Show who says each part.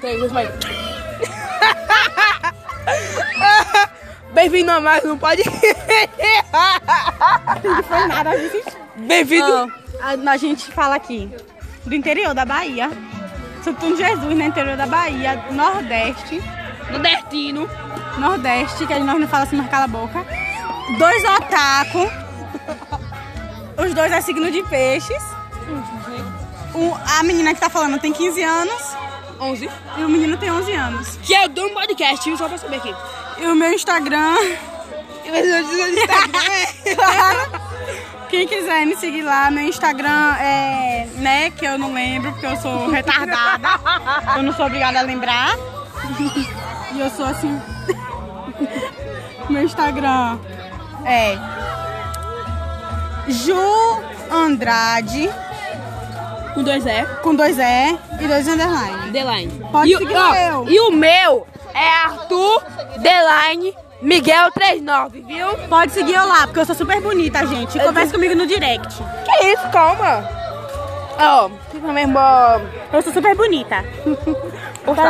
Speaker 1: Peraí, vou mais. Bem-vindo a mais um podcast.
Speaker 2: Foi nada, a gente.
Speaker 1: Bem-vindo.
Speaker 2: Ó, Ah, a, a gente fala aqui do interior da Bahia. Santo Jesus, no interior da Bahia, Nordeste.
Speaker 1: Ah, Nordestino.
Speaker 2: Nordeste, que aí nós não fala assim, mas cala a boca. Dois otaku. Os dois é signo de peixes. O- a menina que tá falando tem 15 anos
Speaker 1: 11.
Speaker 2: e o menino tem 11 anos.
Speaker 1: Que é o dono do podcast, viu? Só pra saber aqui.
Speaker 2: E o meu Instagram. Quem quiser me seguir lá, meu Instagram é né, que eu não lembro, porque eu sou retardada. Eu não sou obrigada a lembrar. E eu sou assim. Meu Instagram é Ju Andrade
Speaker 1: Com dois E.
Speaker 2: com dois E e dois underline.
Speaker 1: Deline.
Speaker 2: Pode
Speaker 1: e, o-
Speaker 2: seguir
Speaker 1: ó,
Speaker 2: o meu.
Speaker 1: e o meu é Arthur Deline Miguel 39, viu?
Speaker 2: Pode seguir eu lá, porque eu sou super bonita, gente. Converse comigo no direct. Tipo,
Speaker 1: Que isso, calma. Ó, fica mesmo. ó,
Speaker 2: Eu sou super bonita.